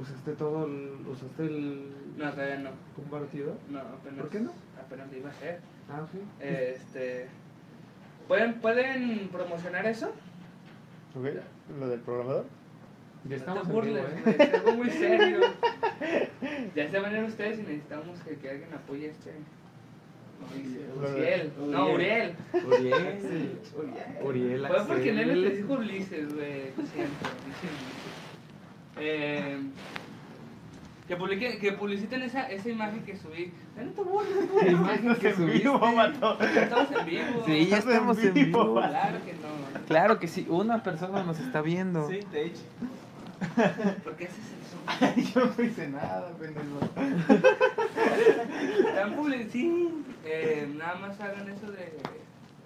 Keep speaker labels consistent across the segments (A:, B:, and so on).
A: ¿Usaste todo el, usaste el
B: No, todavía no.
A: compartido?
B: No, apenas.
A: ¿Por qué no?
B: Apenas lo iba a hacer.
A: Ah, ok.
B: Este. ¿Pueden, ¿Pueden promocionar eso?
C: Ok, lo del programador.
A: Ya
B: No
A: estamos
B: te
A: en vivo,
B: burles,
A: ¿eh?
B: güey, es algo muy serio. ya se van a ir ustedes y necesitamos que, que alguien apoye a este. Mauricio,
C: Lo de-
B: Uriel. No, Uriel.
A: Uriel. Uriel.
B: Fue porque
A: Axel.
B: Nene les dijo Ulises, güey. Lo siento, Ulises. Eh, que, publiquen, que publiciten esa, esa imagen que subí. Ya no te burles, güey.
A: imagen que
C: en vivo,
A: subiste.
C: vato.
B: Estamos en vivo.
A: Sí, ya estamos en vivo.
B: Claro que no.
A: Claro que sí, una persona nos está viendo.
C: Sí, te eche.
B: ¿Por qué haces eso?
C: Yo no hice nada, pendejo.
B: Tan public- sí, eh, nada más hagan eso de.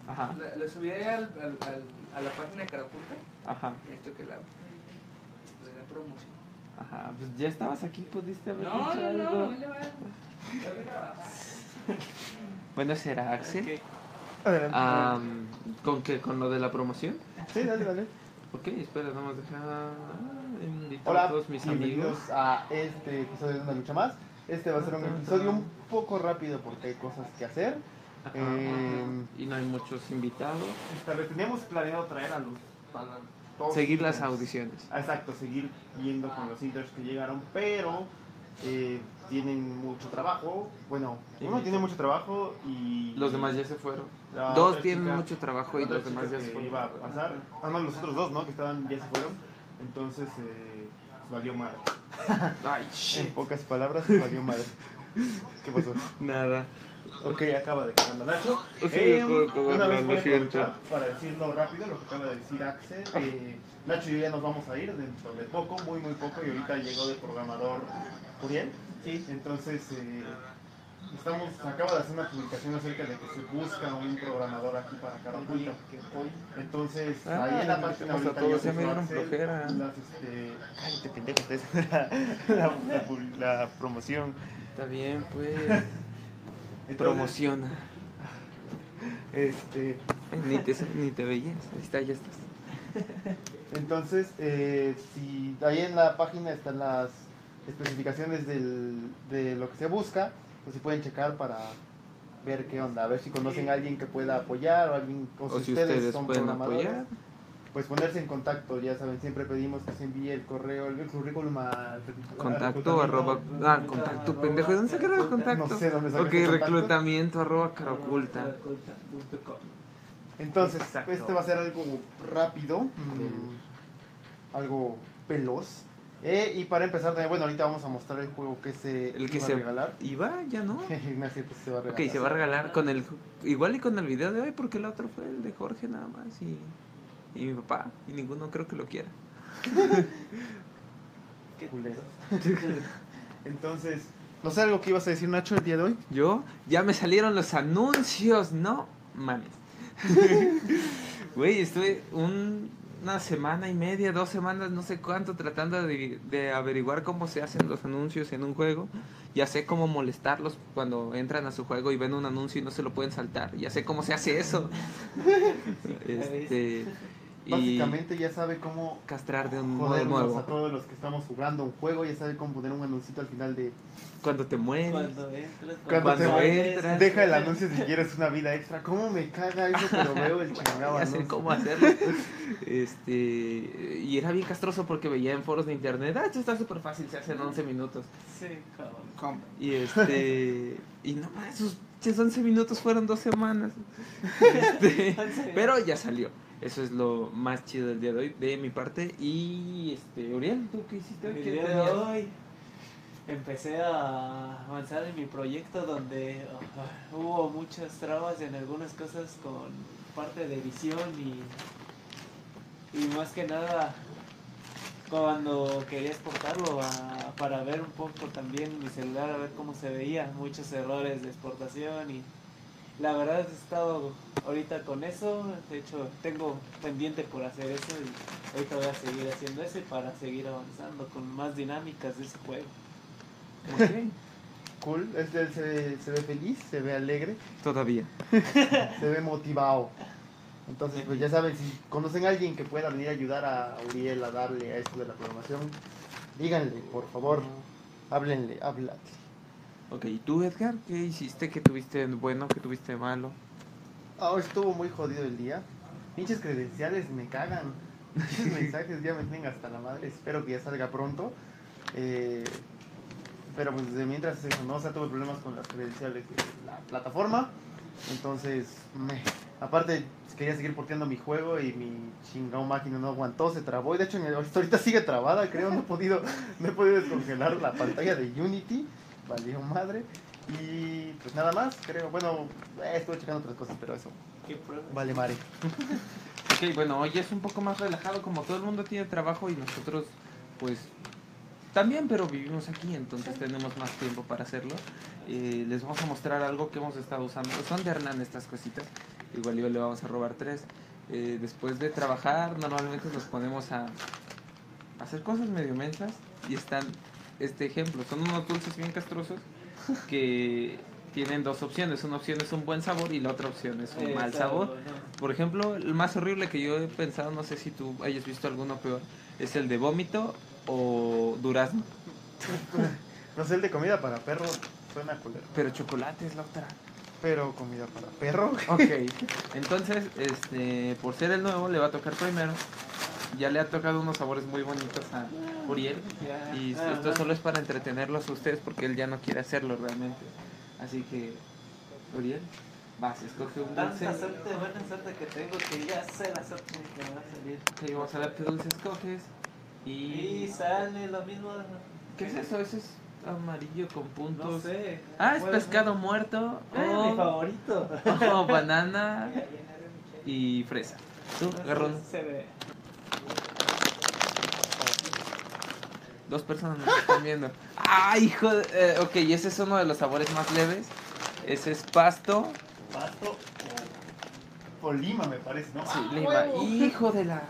A: Ajá,
B: la- Lo subí ahí al, al- al- a la página de Carapulta.
A: ajá,
B: Esto que la. Le da promoción.
A: ajá. Pues ya estabas aquí, pudiste haber
B: No,
A: dicho
B: no, no,
A: algo.
B: no le va a- le voy a trabajar.
A: Bueno, será Axel.
C: Adelante.
A: Ah, ¿Con qué? ¿Con lo de la promoción?
C: Sí, dale, dale.
A: Ok, espera, vamos a dejar ah, invitar
C: Hola,
A: a todos mis amigos.
C: bienvenidos a este episodio de Una Lucha Más. Este va a ser un episodio un poco rápido porque hay cosas que hacer.
A: Ajá,
C: Eh,
A: Y no hay muchos invitados.
C: Esta vez teníamos planeado traer a los... para todos
A: Seguir
C: los
A: las
C: temas.
A: audiciones.
C: Ah, Exacto, seguir viendo con los inters que llegaron, pero eh, tienen mucho trabajo. Bueno, uno
A: Invito.
C: tiene mucho trabajo y...
A: Los demás ya se fueron.
C: la
A: Dos
C: otra
A: tienen
C: chica-
A: mucho trabajo y
C: otra
A: los demás
C: chica
A: ya se
C: que
A: fueron.
C: iba a pasar. Ah, no, los otros dos, ¿no? Que estaban, ya se fueron. Entonces, eh, valió madre.
A: Ay, shit.
C: En pocas palabras, valió madre. ¿Qué pasó?
A: Nada.
C: Ok, acaba de quedar Nacho.
A: Sí,
C: Eh,
A: acabo de acabar,
C: una vez
A: lo
C: voy a
A: siento.
C: aprovechar para decirlo rápido, lo que acaba de decir Axel. eh, Nacho y yo ya nos vamos a ir dentro de poco, muy, muy poco. Y ahorita llegó de programador Uriel. Sí. Entonces, eh, estamos, acaba de hacer una publicación acerca de que se busca un programador aquí para Carapulta. Entonces,
A: Ah,
C: ahí en la
A: le
C: página
A: metemos a
C: ahorita
A: todos,
C: ya
A: ya me dieron
C: puso Axel
A: flojera.
C: Las, este, cállate, pendejo, ustedes. la, la pub- la promoción.
A: Está bien, pues.
C: Entonces,
A: Promociona.
C: Este,
A: Ni te, ni te veías. Ahí está, ya estás.
C: entonces, eh, si ahí en la página están las especificaciones del- de lo que se busca, pues si pueden checar para ver qué onda, a ver si conocen a alguien que pueda apoyar o alguien o si,
A: O si
C: ustedes,
A: ustedes
C: son
A: pueden
C: programadores,
A: apoyar.
C: pues ponerse en contacto, ya saben, siempre pedimos que se envíe el correo, el currículum a pues
A: Contacto arroba. Ah, contacto, pendejo. ¿De dónde sacaron el contacto?
C: No sé dónde
A: Ok,
C: sacaste contacto.
A: reclutamiento arroba caraculta.
C: Entonces,
A: Exacto.
C: este va a ser algo rápido, mm, algo veloz. Eh, y para empezar, también, bueno, ahorita vamos a mostrar el juego que se
A: El que
C: iba
A: se-
C: a regalar.
A: ¿Y va? ¿Ya no?
C: Ignacio, pues, se va a
A: Ok,
C: regalar.
A: se va a regalar con el. Igual y con el video de hoy, porque el otro fue el de Jorge nada más y. Y mi papá. Y ninguno creo que lo quiera.
C: Culero. Entonces, no sé algo que ibas a decir, Nacho, el día de hoy.
A: Yo, ya me salieron los anuncios, no mames. Güey, estuve un- una semana y media, dos semanas, no sé cuánto, tratando de, de averiguar cómo se hacen los anuncios en un juego. Ya sé cómo molestarlos cuando entran a su juego y ven un anuncio y no se lo pueden saltar. Ya sé cómo se hace eso. Este, y
C: Básicamente ya sabe cómo
A: castrar de un modo
C: jodernos a
A: nuevo.
C: todos los que estamos jugando un juego, ya sabe cómo poner un anuncito al final de...
A: Cuando te mueres.
D: Cuando entras,
C: Cuando
A: te
D: sales,
A: entras.
C: Deja el anuncio si quieres una vida extra. ¿Cómo me caga eso? Pero veo el chingado
A: ya sé
C: anuncio.
A: cómo hacerlo. Este, y era bien castroso porque veía en foros de internet, ah, esto está súper fácil, se hace en 11 minutos.
D: Sí, cabrón.
A: Y este, y no más, esos pinches 11 minutos fueron dos semanas. Este, pero ya salió. Eso es lo más chido del día de hoy de mi parte. Y este, Uriel, ¿tú qué hiciste hoy?
D: El
A: ¿Qué
D: día de
A: tenías?
D: hoy empecé a avanzar en mi proyecto donde ah, hubo muchas trabas en algunas cosas con parte de visión y, y más que nada cuando quería exportarlo a- para ver un poco también mi celular a ver cómo se veía, muchos errores de exportación y la verdad he estado ahorita con eso, de hecho tengo pendiente por hacer eso y Ahorita voy a seguir haciendo eso y para seguir avanzando con más dinámicas de ese juego.
A: Ok,
C: Cool, es del- se, se ve feliz, se ve alegre,
A: Todavía.
C: se ve motivado. Entonces, pues ya saben, si conocen a alguien que pueda venir a ayudar a Uriel a darle a esto de la programación,
E: Díganle, por favor. Háblenle, háblale.
A: Ok, ¿y tú, Edgar? ¿Qué hiciste? ¿Qué tuviste bueno? ¿Qué tuviste malo?
E: Ah, hoy estuvo muy jodido el día.
C: Pinches credenciales me cagan. Pinches mensajes ya me tienen hasta la madre. Espero que ya salga pronto. Eh, pero pues de mientras eso, ¿no? O sea, tuve problemas con las credenciales de la plataforma. Entonces, me... aparte, quería seguir porteando mi juego y mi chingado máquina no aguantó, se trabó. Y de hecho, mi- ahorita sigue trabada, creo. No he podido, no he podido descongelar la pantalla de Unity. Valió madre. Y pues nada más, creo. Bueno, eh, estuve checando otras cosas, pero eso.
D: ¿Qué prueba?
E: Vale, Mare.
A: Ok, bueno, hoy es un poco más relajado, como todo el mundo tiene trabajo y nosotros, pues, también, pero vivimos aquí, entonces tenemos más tiempo para hacerlo. Eh, les vamos a mostrar algo que hemos estado usando. Son de Hernán estas cositas, igual yo le vamos a robar tres. Eh, después de trabajar, normalmente nos ponemos a a hacer cosas medio mensas y están, este ejemplo, son unos dulces bien castrosos que tienen dos opciones. Una opción es un buen sabor y la otra opción es un
D: Eh,
A: mal
D: está-
A: sabor.
D: no.
A: Por ejemplo, el más horrible que yo he pensado, no sé si tú hayas visto alguno peor, es el de vómito o durazno.
C: No sé, el de comida para perro suena culero.
A: Pero chocolate es la otra.
C: Pero comida para perro.
A: Ok. Entonces, este, por ser el nuevo, le va a tocar primero. Ya le ha tocado unos sabores muy bonitos a Uriel.
D: Ya.
A: Y
D: Ah,
A: esto
D: ajá.
A: solo es para entretenerlos a ustedes porque él ya no quiere hacerlo realmente. Así que, Uriel, vas, escoge un dulce.
D: Tanta suerte, buena suerte que tengo que ya sé la suerte que me va a salir.
A: Ok, vamos a ver qué dulce escoges. Y...
D: Y sale lo mismo.
A: ¿Qué es eso? Eso es amarillo con puntos.
D: No sé.
A: Ah, es
D: Bueno,
A: pescado Oh. muerto.
D: eh, mi
A: O,
D: favorito.
A: o banana y fresa. Tú, garrón.
D: Se ve.
A: Dos personas nos están viendo. ¡Ah, hijo! de- eh, ok, ese es uno de los sabores más leves. Ese es pasto.
C: Pasto uh, o, o lima, me parece, ¿no?
A: Sí,
C: Ah,
A: lima.
C: huevo.
A: ¡Hijo de la!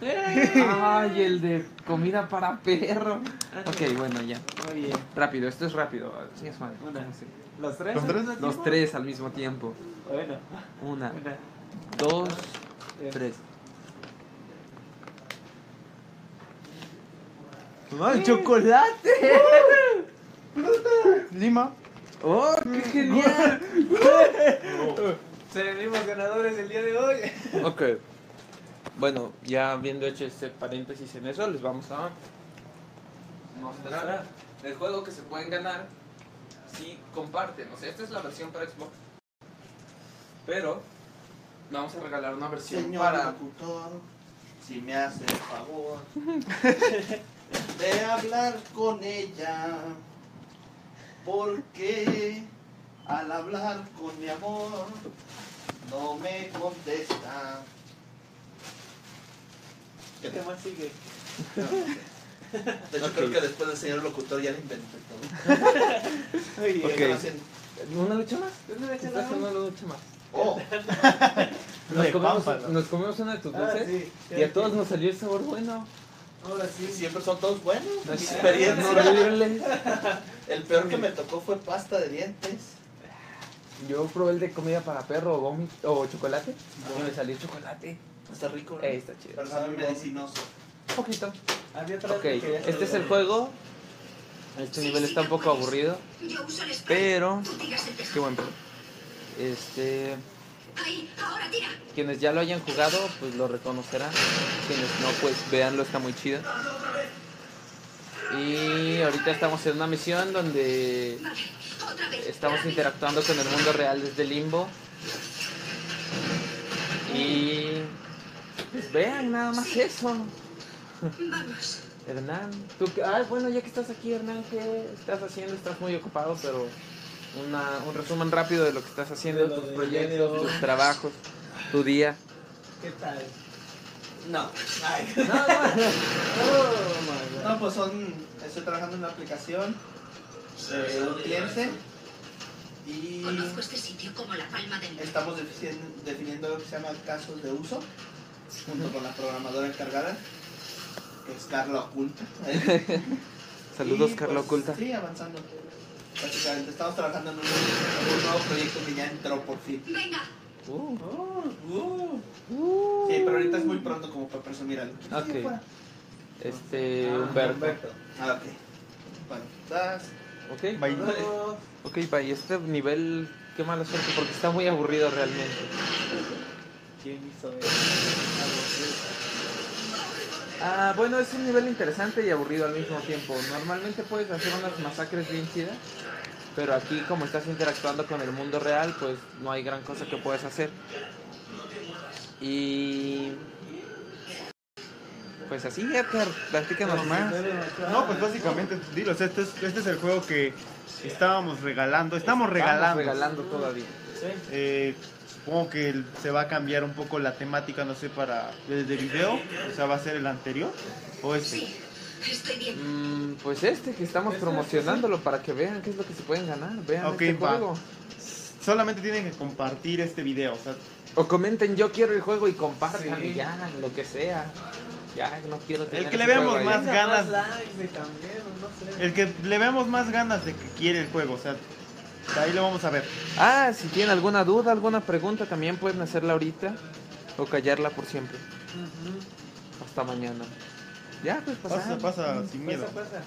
D: Eh.
A: ¡Ay, el de comida para perro! Ok, bueno, ya.
D: Muy bien.
A: Rápido, esto es rápido. Chingas madre,
D: Una.
A: no sé.
D: ¿Los tres?
C: ¿Los
D: al
C: tres?
D: mismo
A: Los
D: tiempo?
A: tres al mismo tiempo.
D: Bueno,
A: Una,
D: una.
A: dos,
D: eh,
A: tres.
E: ¡Ay, chocolate! Lima.
A: ¡Oh, qué genial!
D: Tenemos ganadores el día de hoy.
A: Ok. Bueno, ya habiendo hecho este paréntesis en eso, les vamos a mostrar el juego que se pueden ganar si comparten. O sea, esta es la versión para Xbox. Pero vamos a regalar una versión para.
F: locutor, si me hace el favor de hablar con ella, porque al hablar con mi amor no me contesta.
D: ¿Qué tema sigue?
F: De hecho, creo que después del señor locutor ya lo inventé todo.
D: Muy bien.
A: Ok.
F: ¿Qué están haciendo?
A: ¿Una lucha más?
D: Una vez
A: ¿Estás
D: al
A: en
D: lado.
A: una lucha más?
F: Oh,
A: Nos
C: De
A: comemos,
C: pámpano.
A: nos comemos uno de tus
D: Ah,
A: dulces
D: sí.
A: y a todos nos salió el sabor bueno.
D: Ahora
F: sí,
D: sí.
F: siempre son todos buenos.
A: Nos
F: Experiencia.
A: horribles.
F: El peor que me tocó fue pasta de dientes.
A: Yo probé el de comida para perro o, vómito- o chocolate y me salió chocolate.
F: Está rico, ¿no?
A: Eh, está chido.
F: Pero sabe medicinoso.
A: Un poquito.
D: Había otra
A: Ok,
D: vez que quería
A: este es el juego. Este nivel está un poco aburrido.
G: Yo uso el spray.
A: Pero.
G: Tú tiras el
A: Qué
G: tejado.
A: buen pedo. Este.
G: Ahí, ahora tira.
A: Quienes ya lo hayan jugado, pues lo reconocerán. Quienes no, pues véanlo, está muy chido. Y ahorita estamos en una misión donde
G: Vale, otra vez.
A: estamos
G: Rápido.
A: interactuando con el mundo real desde Limbo. Y. Pues vean nada más eso.
G: Vamos.
A: Hernán, tú que- ah, bueno, ya que estás aquí, Hernán, ¿qué estás haciendo? Estás muy ocupado, pero una- un resumen rápido de lo que estás haciendo,
D: De lo
A: tus
D: de
A: proyectos,
D: Lego.
A: tus trabajos, tu día.
D: ¿Qué tal?
F: No. Ay.
A: No, no,
D: Oh my god.
F: No, pues son. Estoy trabajando en una aplicación de un cliente y
G: Conozco este sitio como la palma del dedo.
F: estamos defin- definiendo lo que se llama casos de uso junto con la programadora encargada, que es Carla Oculta.
A: Saludos,
F: Y,
A: Carla
F: pues,
A: Oculta.
F: Sí, avanzando. Básicamente, estamos trabajando en un, en un nuevo proyecto que ya entró por fin.
G: Venga,
A: Uh,
F: Sí, pero ahorita es muy pronto como para presumir algo.
A: ok. Este,
B: Ah,
A: Humberto.
F: Humberto. Ah, ok. Bueno, estás.
A: Ok,
E: Bye.
F: Luego,
A: ok, bye. Este nivel, qué mala suerte, porque está muy aburrido realmente.
D: ¿Quién hizo eso?
A: Ah, bueno, es un nivel interesante y aburrido al mismo tiempo. Normalmente puedes hacer unas masacres bien chidas, pero aquí como estás interactuando con el mundo real, pues no hay gran cosa que puedes hacer. Y... Pues así, Edgar, platícanos más.
C: No, pues básicamente, dilo, o sea, este es, este es el juego que estábamos regalando, estamos
A: Estamos
C: regalando.
A: regalando todavía.
C: Eh, supongo que el- se va a cambiar un poco la temática, no sé, para el de video, o sea, va a ser el anterior o este.
G: Sí, estoy bien.
A: Mm, pues este que estamos promocionándolo para que vean qué es lo que se pueden ganar. Vean
C: Ok,
A: este
C: va.
A: juego.
C: Solamente tienen que compartir este video, o sea,
A: O comenten yo quiero el juego y compartan
D: Sí.
A: y ya, lo que sea. Ya, no quiero tener
C: que
A: ese
C: le veamos
A: juego ahí.
C: más
D: Tenga
C: ganas.
D: Más likes de también, no sé.
C: el que le veamos más ganas de que quiere el juego, o sea, ahí lo vamos a ver.
A: Ah, si tienen alguna duda, alguna pregunta, también pueden hacerla ahorita o callarla por siempre.
D: Ujú.
A: Hasta mañana. Ya, pues
C: Pasa,
A: pasar.
C: pasa, sin miedo.
D: Pasa, pasa.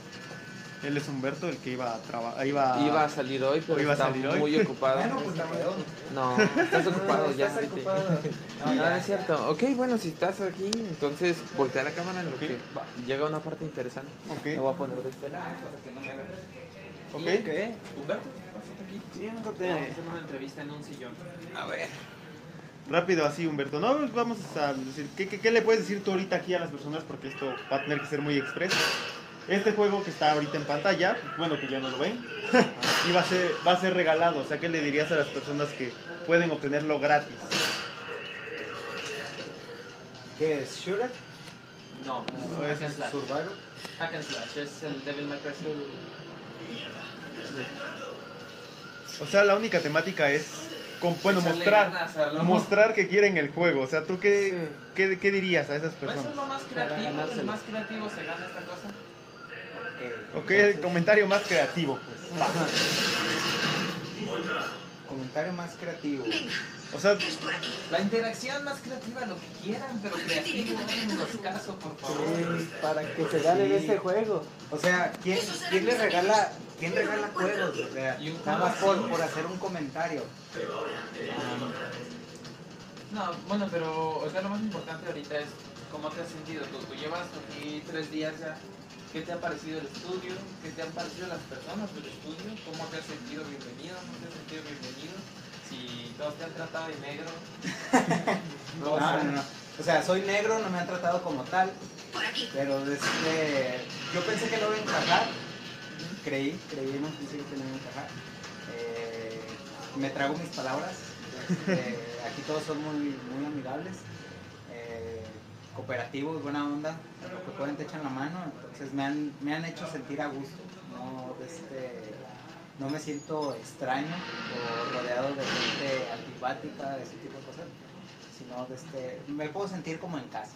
C: Él es Humberto, el que iba a trabajar, iba a-
A: Iba a salir hoy, pero
C: Iba a
A: está
C: salir hoy.
A: muy ocupado.
F: bueno, pues la veo.
A: No, Ah, estás ocupado
D: No,
A: ya.
D: Estás
A: vete.
D: ocupado.
A: No, no, es cierto. Ok, bueno, si estás aquí, entonces voltea la cámara en lo que va- llega una parte interesante. Me
C: Ok,
A: voy a poner de este lado.
C: ok.
D: ¿Qué?
B: Humberto, pásate aquí.
D: Siéntate.
B: Vamos a hacer una entrevista en un sillón.
A: A ver.
C: Rápido así, Humberto. No, pues vamos a decir, ¿qué, qué, qué le puedes decir tú ahorita aquí a las personas? Porque esto va a tener que ser muy expreso. Este juego que está ahorita en pantalla, bueno, que ya no lo ven, y va a, ser, va a ser regalado. O sea, ¿qué le dirías a las personas que pueden obtenerlo gratis?
E: ¿Qué es? ¿Shura?
B: No,
C: No,
B: hack
C: es
B: and slash.
E: ¿Survival?
B: Hack and slash, es el Devil May Cry.
C: O sea, la única temática es, con, bueno,
B: Échale
C: mostrar,
B: ganas a lo-
C: mostrar que quieren el juego. O sea, ¿tú qué,
A: Sí.
C: qué, qué dirías a esas
B: Pues Eso
C: personas?
B: es lo más
D: Para
B: creativo,
D: ganárselo.
B: el más creativo se gana esta cosa.
H: Eh,
C: Ok, el comentario más creativo. pues.
F: Comentario más creativo.
G: Venga,
C: O sea,
G: es por aquí.
B: La interacción más creativa, lo que quieran, pero creativo, los casos, por favor.
D: Sí, Para que se gane en este juego.
H: O sea, ¿quién, quién le regala, quién regala juegos? O sea,
B: Y un
H: nada más por, por hacer un comentario.
B: No, bueno, pero o sea, lo más importante ahorita es cómo te has sentido tú. Tú llevas aquí tres días ya. ¿Qué te ha parecido el estudio? ¿Qué te han parecido las personas del estudio? ¿Cómo te has sentido bienvenido? ¿No te has sentido bienvenido? Si todos te han tratado de negro.
H: No,
F: Ah,
H: no, Ah, no. O sea, soy negro, no me han tratado como tal,
G: Por aquí.
H: pero este, yo pensé que no iba a encajar. Creí, creí en un principio que no iba a encajar. Eh, me trago mis palabras. Este, aquí todos son muy, muy amigables, eh, cooperativos, buena onda. Lo que pueden te echan la mano, entonces me han, me han hecho sentir a gusto. No, este, no me siento extraño o rodeado de gente antipática, de ese tipo de cosas, sino de este, me puedo sentir como en casa.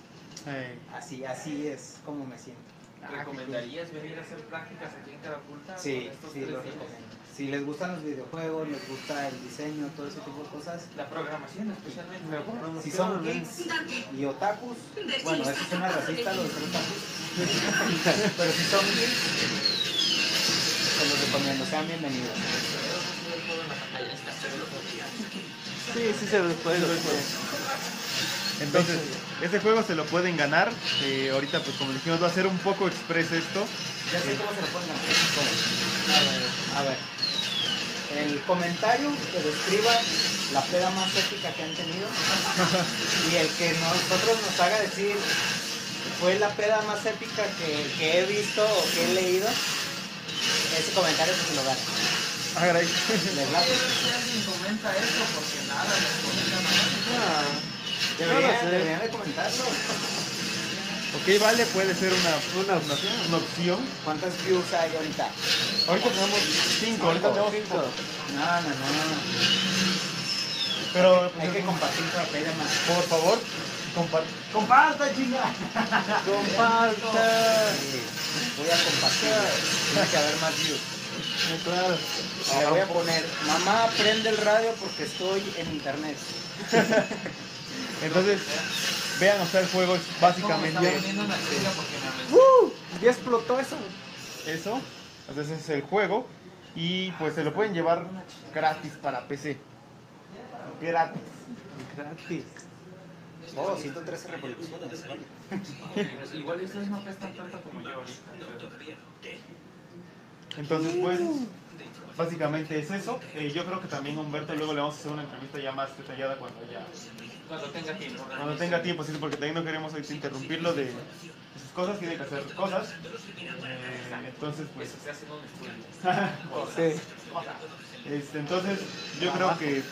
C: eh,
H: Así, así es como me siento.
B: ¿Recomendarías venir a hacer prácticas aquí en Carapulta?
H: Sí,
B: con estos
H: sí,
B: tres
H: lo
B: días?
H: recomiendo. Si les gustan los videojuegos, les gusta el diseño, todo ese tipo de cosas.
B: La programación especialmente.
H: Si son geeks
G: Dante,
H: y otakus,
G: Ver si
H: bueno,
G: está
H: eso suena
G: capaz de
H: racista, lo de
G: leer.
H: ser otakus. Pero si son geeks, se los recomiendo, sean bienvenidos.
E: Sí, sí se los puede.
C: Entonces, este juego se lo pueden ganar. eh, ahorita, pues como dijimos, va a ser un poco express esto.
H: Ya sé cómo se lo ponen. A ver. El comentario que describa la peda más épica que han tenido y el que nosotros nos haga decir fue la peda más épica que, que he visto o que he leído, ese comentario que se lo gana.
C: Ah, caray.
H: Les
B: Quiero ver
H: late.
B: si alguien comenta eso porque nada, les comenta nada.
H: Deberían, deberían de comentarlo.
C: Ok, vale, puede ser una, una, una- una opción.
H: ¿Cuántas views hay ahorita?
C: Ahorita tenemos cinco, ahorita tenemos cinco.
H: No, no, no, no.
C: Pero, pues,
H: Hay que compartir la peda más.
C: por favor, compar-
H: ¡Comparta, chinga!
E: Comparta.
H: Sí, Voy a compartir. Tiene que haber más views.
E: Claro.
H: Le voy a poner, mamá, prende el radio porque estoy en internet.
C: Entonces, Vean, o sea, el juego es
B: Como me está
C: básicamente
B: volviendo una tela porque me ames-
H: Ya explotó eso.
C: eso. Entonces es el juego. Y pues se lo pueden llevar gratis para PC. Gratis.
A: Gratis.
H: Oh, 113 reproducciones. vale.
B: Igual ustedes no pescan tanto como yo ahorita. pero-
C: Entonces, pues, básicamente es eso. Eh, yo creo que también a Humberto luego le vamos a hacer una entrevista ya más detallada cuando ya
B: Cuando tenga tiempo.
C: cuando tenga tiempo, sí, porque también no queremos ahorita interrumpirlo de sus cosas, tiene que hacer cosas. Eh, entonces, pues,
B: Eso se hace en un estudio.
D: Sí.
C: este, entonces yo creo que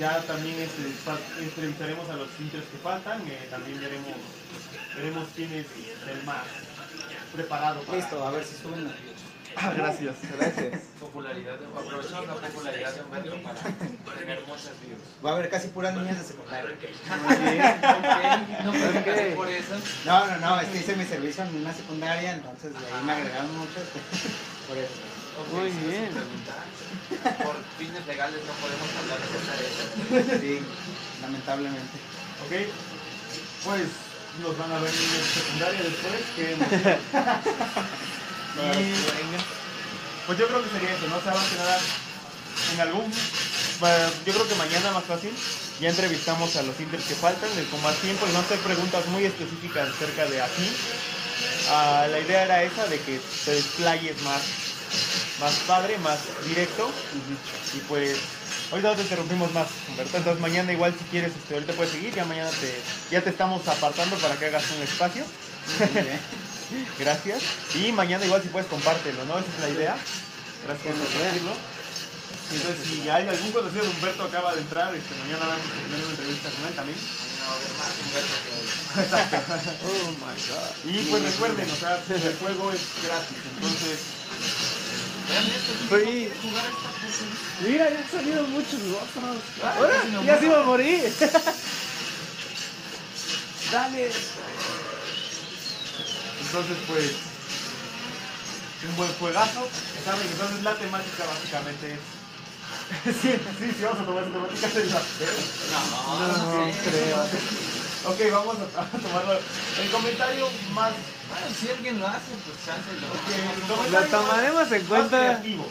C: ya también este, fa- entrevistaremos a los filtros que faltan, eh, también veremos, veremos quién es el más preparado para...
H: Listo, a ver si suben.
C: Ah, gracias.
E: Gracias.
B: Popularidad de- aprovechamos la popularidad de Humberto para tener muchas views.
H: Va a haber casi puras niñas de secundaria.
B: Ok, No me
E: Ok.
B: por eso.
H: No, no, no, es que hice mi servicio en una secundaria, entonces de ahí me agregaron muchas. Por eso.
D: Muy bien.
B: Por fines legales no podemos hablar acerca de eso.
H: Sí, lamentablemente.
C: Ok, pues nos van a ver en el secundario después. Qué emoción. Y, pues yo creo que sería eso, ¿no? O sea, más que nada, en algún. eh, Yo creo que mañana más fácil. Ya entrevistamos a los Inters que faltan, les- con más tiempo, les vamos a hacer preguntas muy específicas acerca de aquí. Ah, la idea era esa, de que te desplayes más, más padre, más directo. Y pues, ahorita no te interrumpimos más, Humberto. Entonces mañana igual si quieres, este, ahorita puedes seguir, ya mañana te, ya te estamos apartando para que hagas un espacio.
H: Muy bien.
C: Gracias. Y mañana igual si puedes compártelo, ¿no? Esa es la idea. Gracias por verlo. Entonces, si hay algún conocido de Humberto acaba de entrar, este, mañana vamos a tener una entrevista con él también.
E: Oh my god.
C: Y pues recuerden, o sea, el juego es gratis, entonces
D: Oye, Mira, ya han salido muchos otros. Ahora, ya se iba a morir. Dale.
C: Entonces, pues, un buen juegazo. ¿Saben? Entonces, la temática básicamente es. sí, sí, sí, vamos a tomar esa temática de la
B: No, no creo.
C: Ok, vamos a, a tomarlo. El comentario más.
B: Bueno, si alguien lo hace, pues chance lo
C: Ok,
B: No,
C: comentario
D: Lo tomaremos en
C: más- Más
D: cuenta.
C: creativo,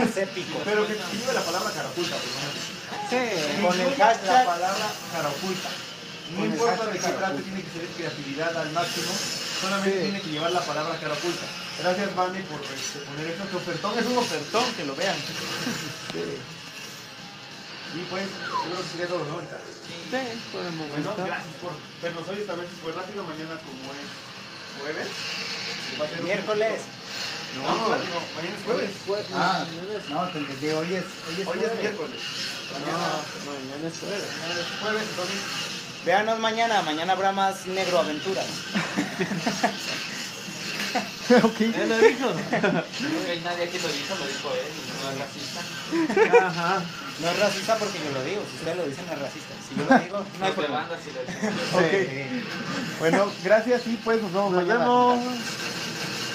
H: Es épico.
C: pero que escribe la palabra caraculta, por ejemplo.
D: Sí.
H: Con el
C: Incluye la
H: hashtag-
C: palabra caraculta. No
H: Con el
C: importa
H: hashtag
C: de qué trate,
H: caraculta.
C: tiene que ser creatividad al máximo. Solamente
D: Sí.
C: tiene que llevar la palabra caraculta. Gracias, Vane, por este, poner eso. Tu ofertón es un ofertón, que lo vean. Y pues, yo creo que sería todo, ¿no? Ahorita.
D: Sí, por el
C: Bueno,
D: momento.
C: gracias por vernos hoy. Esta vez fue rápido. Mañana, como es jueves, va a ser un-
H: Miércoles.
C: No, no, mañana es jueves.
H: Ah, no, te entendí. Hoy es, hoy es,
C: Hoy es
H: jueves.
C: miércoles. Mañana
D: No, mañana es jueves.
C: mañana es jueves, entonces.
H: Véanos mañana, mañana habrá más negro aventuras.
D: ¿Ya lo dijo?
B: hay nadie aquí lo dijo, lo dijo él, no es racista.
D: Ajá.
H: No es racista porque yo lo digo, si ustedes lo dicen no es racista. Si yo lo digo, no hay
B: Los de
H: problema.
B: banda sí lo dicen.
C: Ok. Bueno, gracias y pues nos vemos
D: Nos
C: mañana.
D: vemos.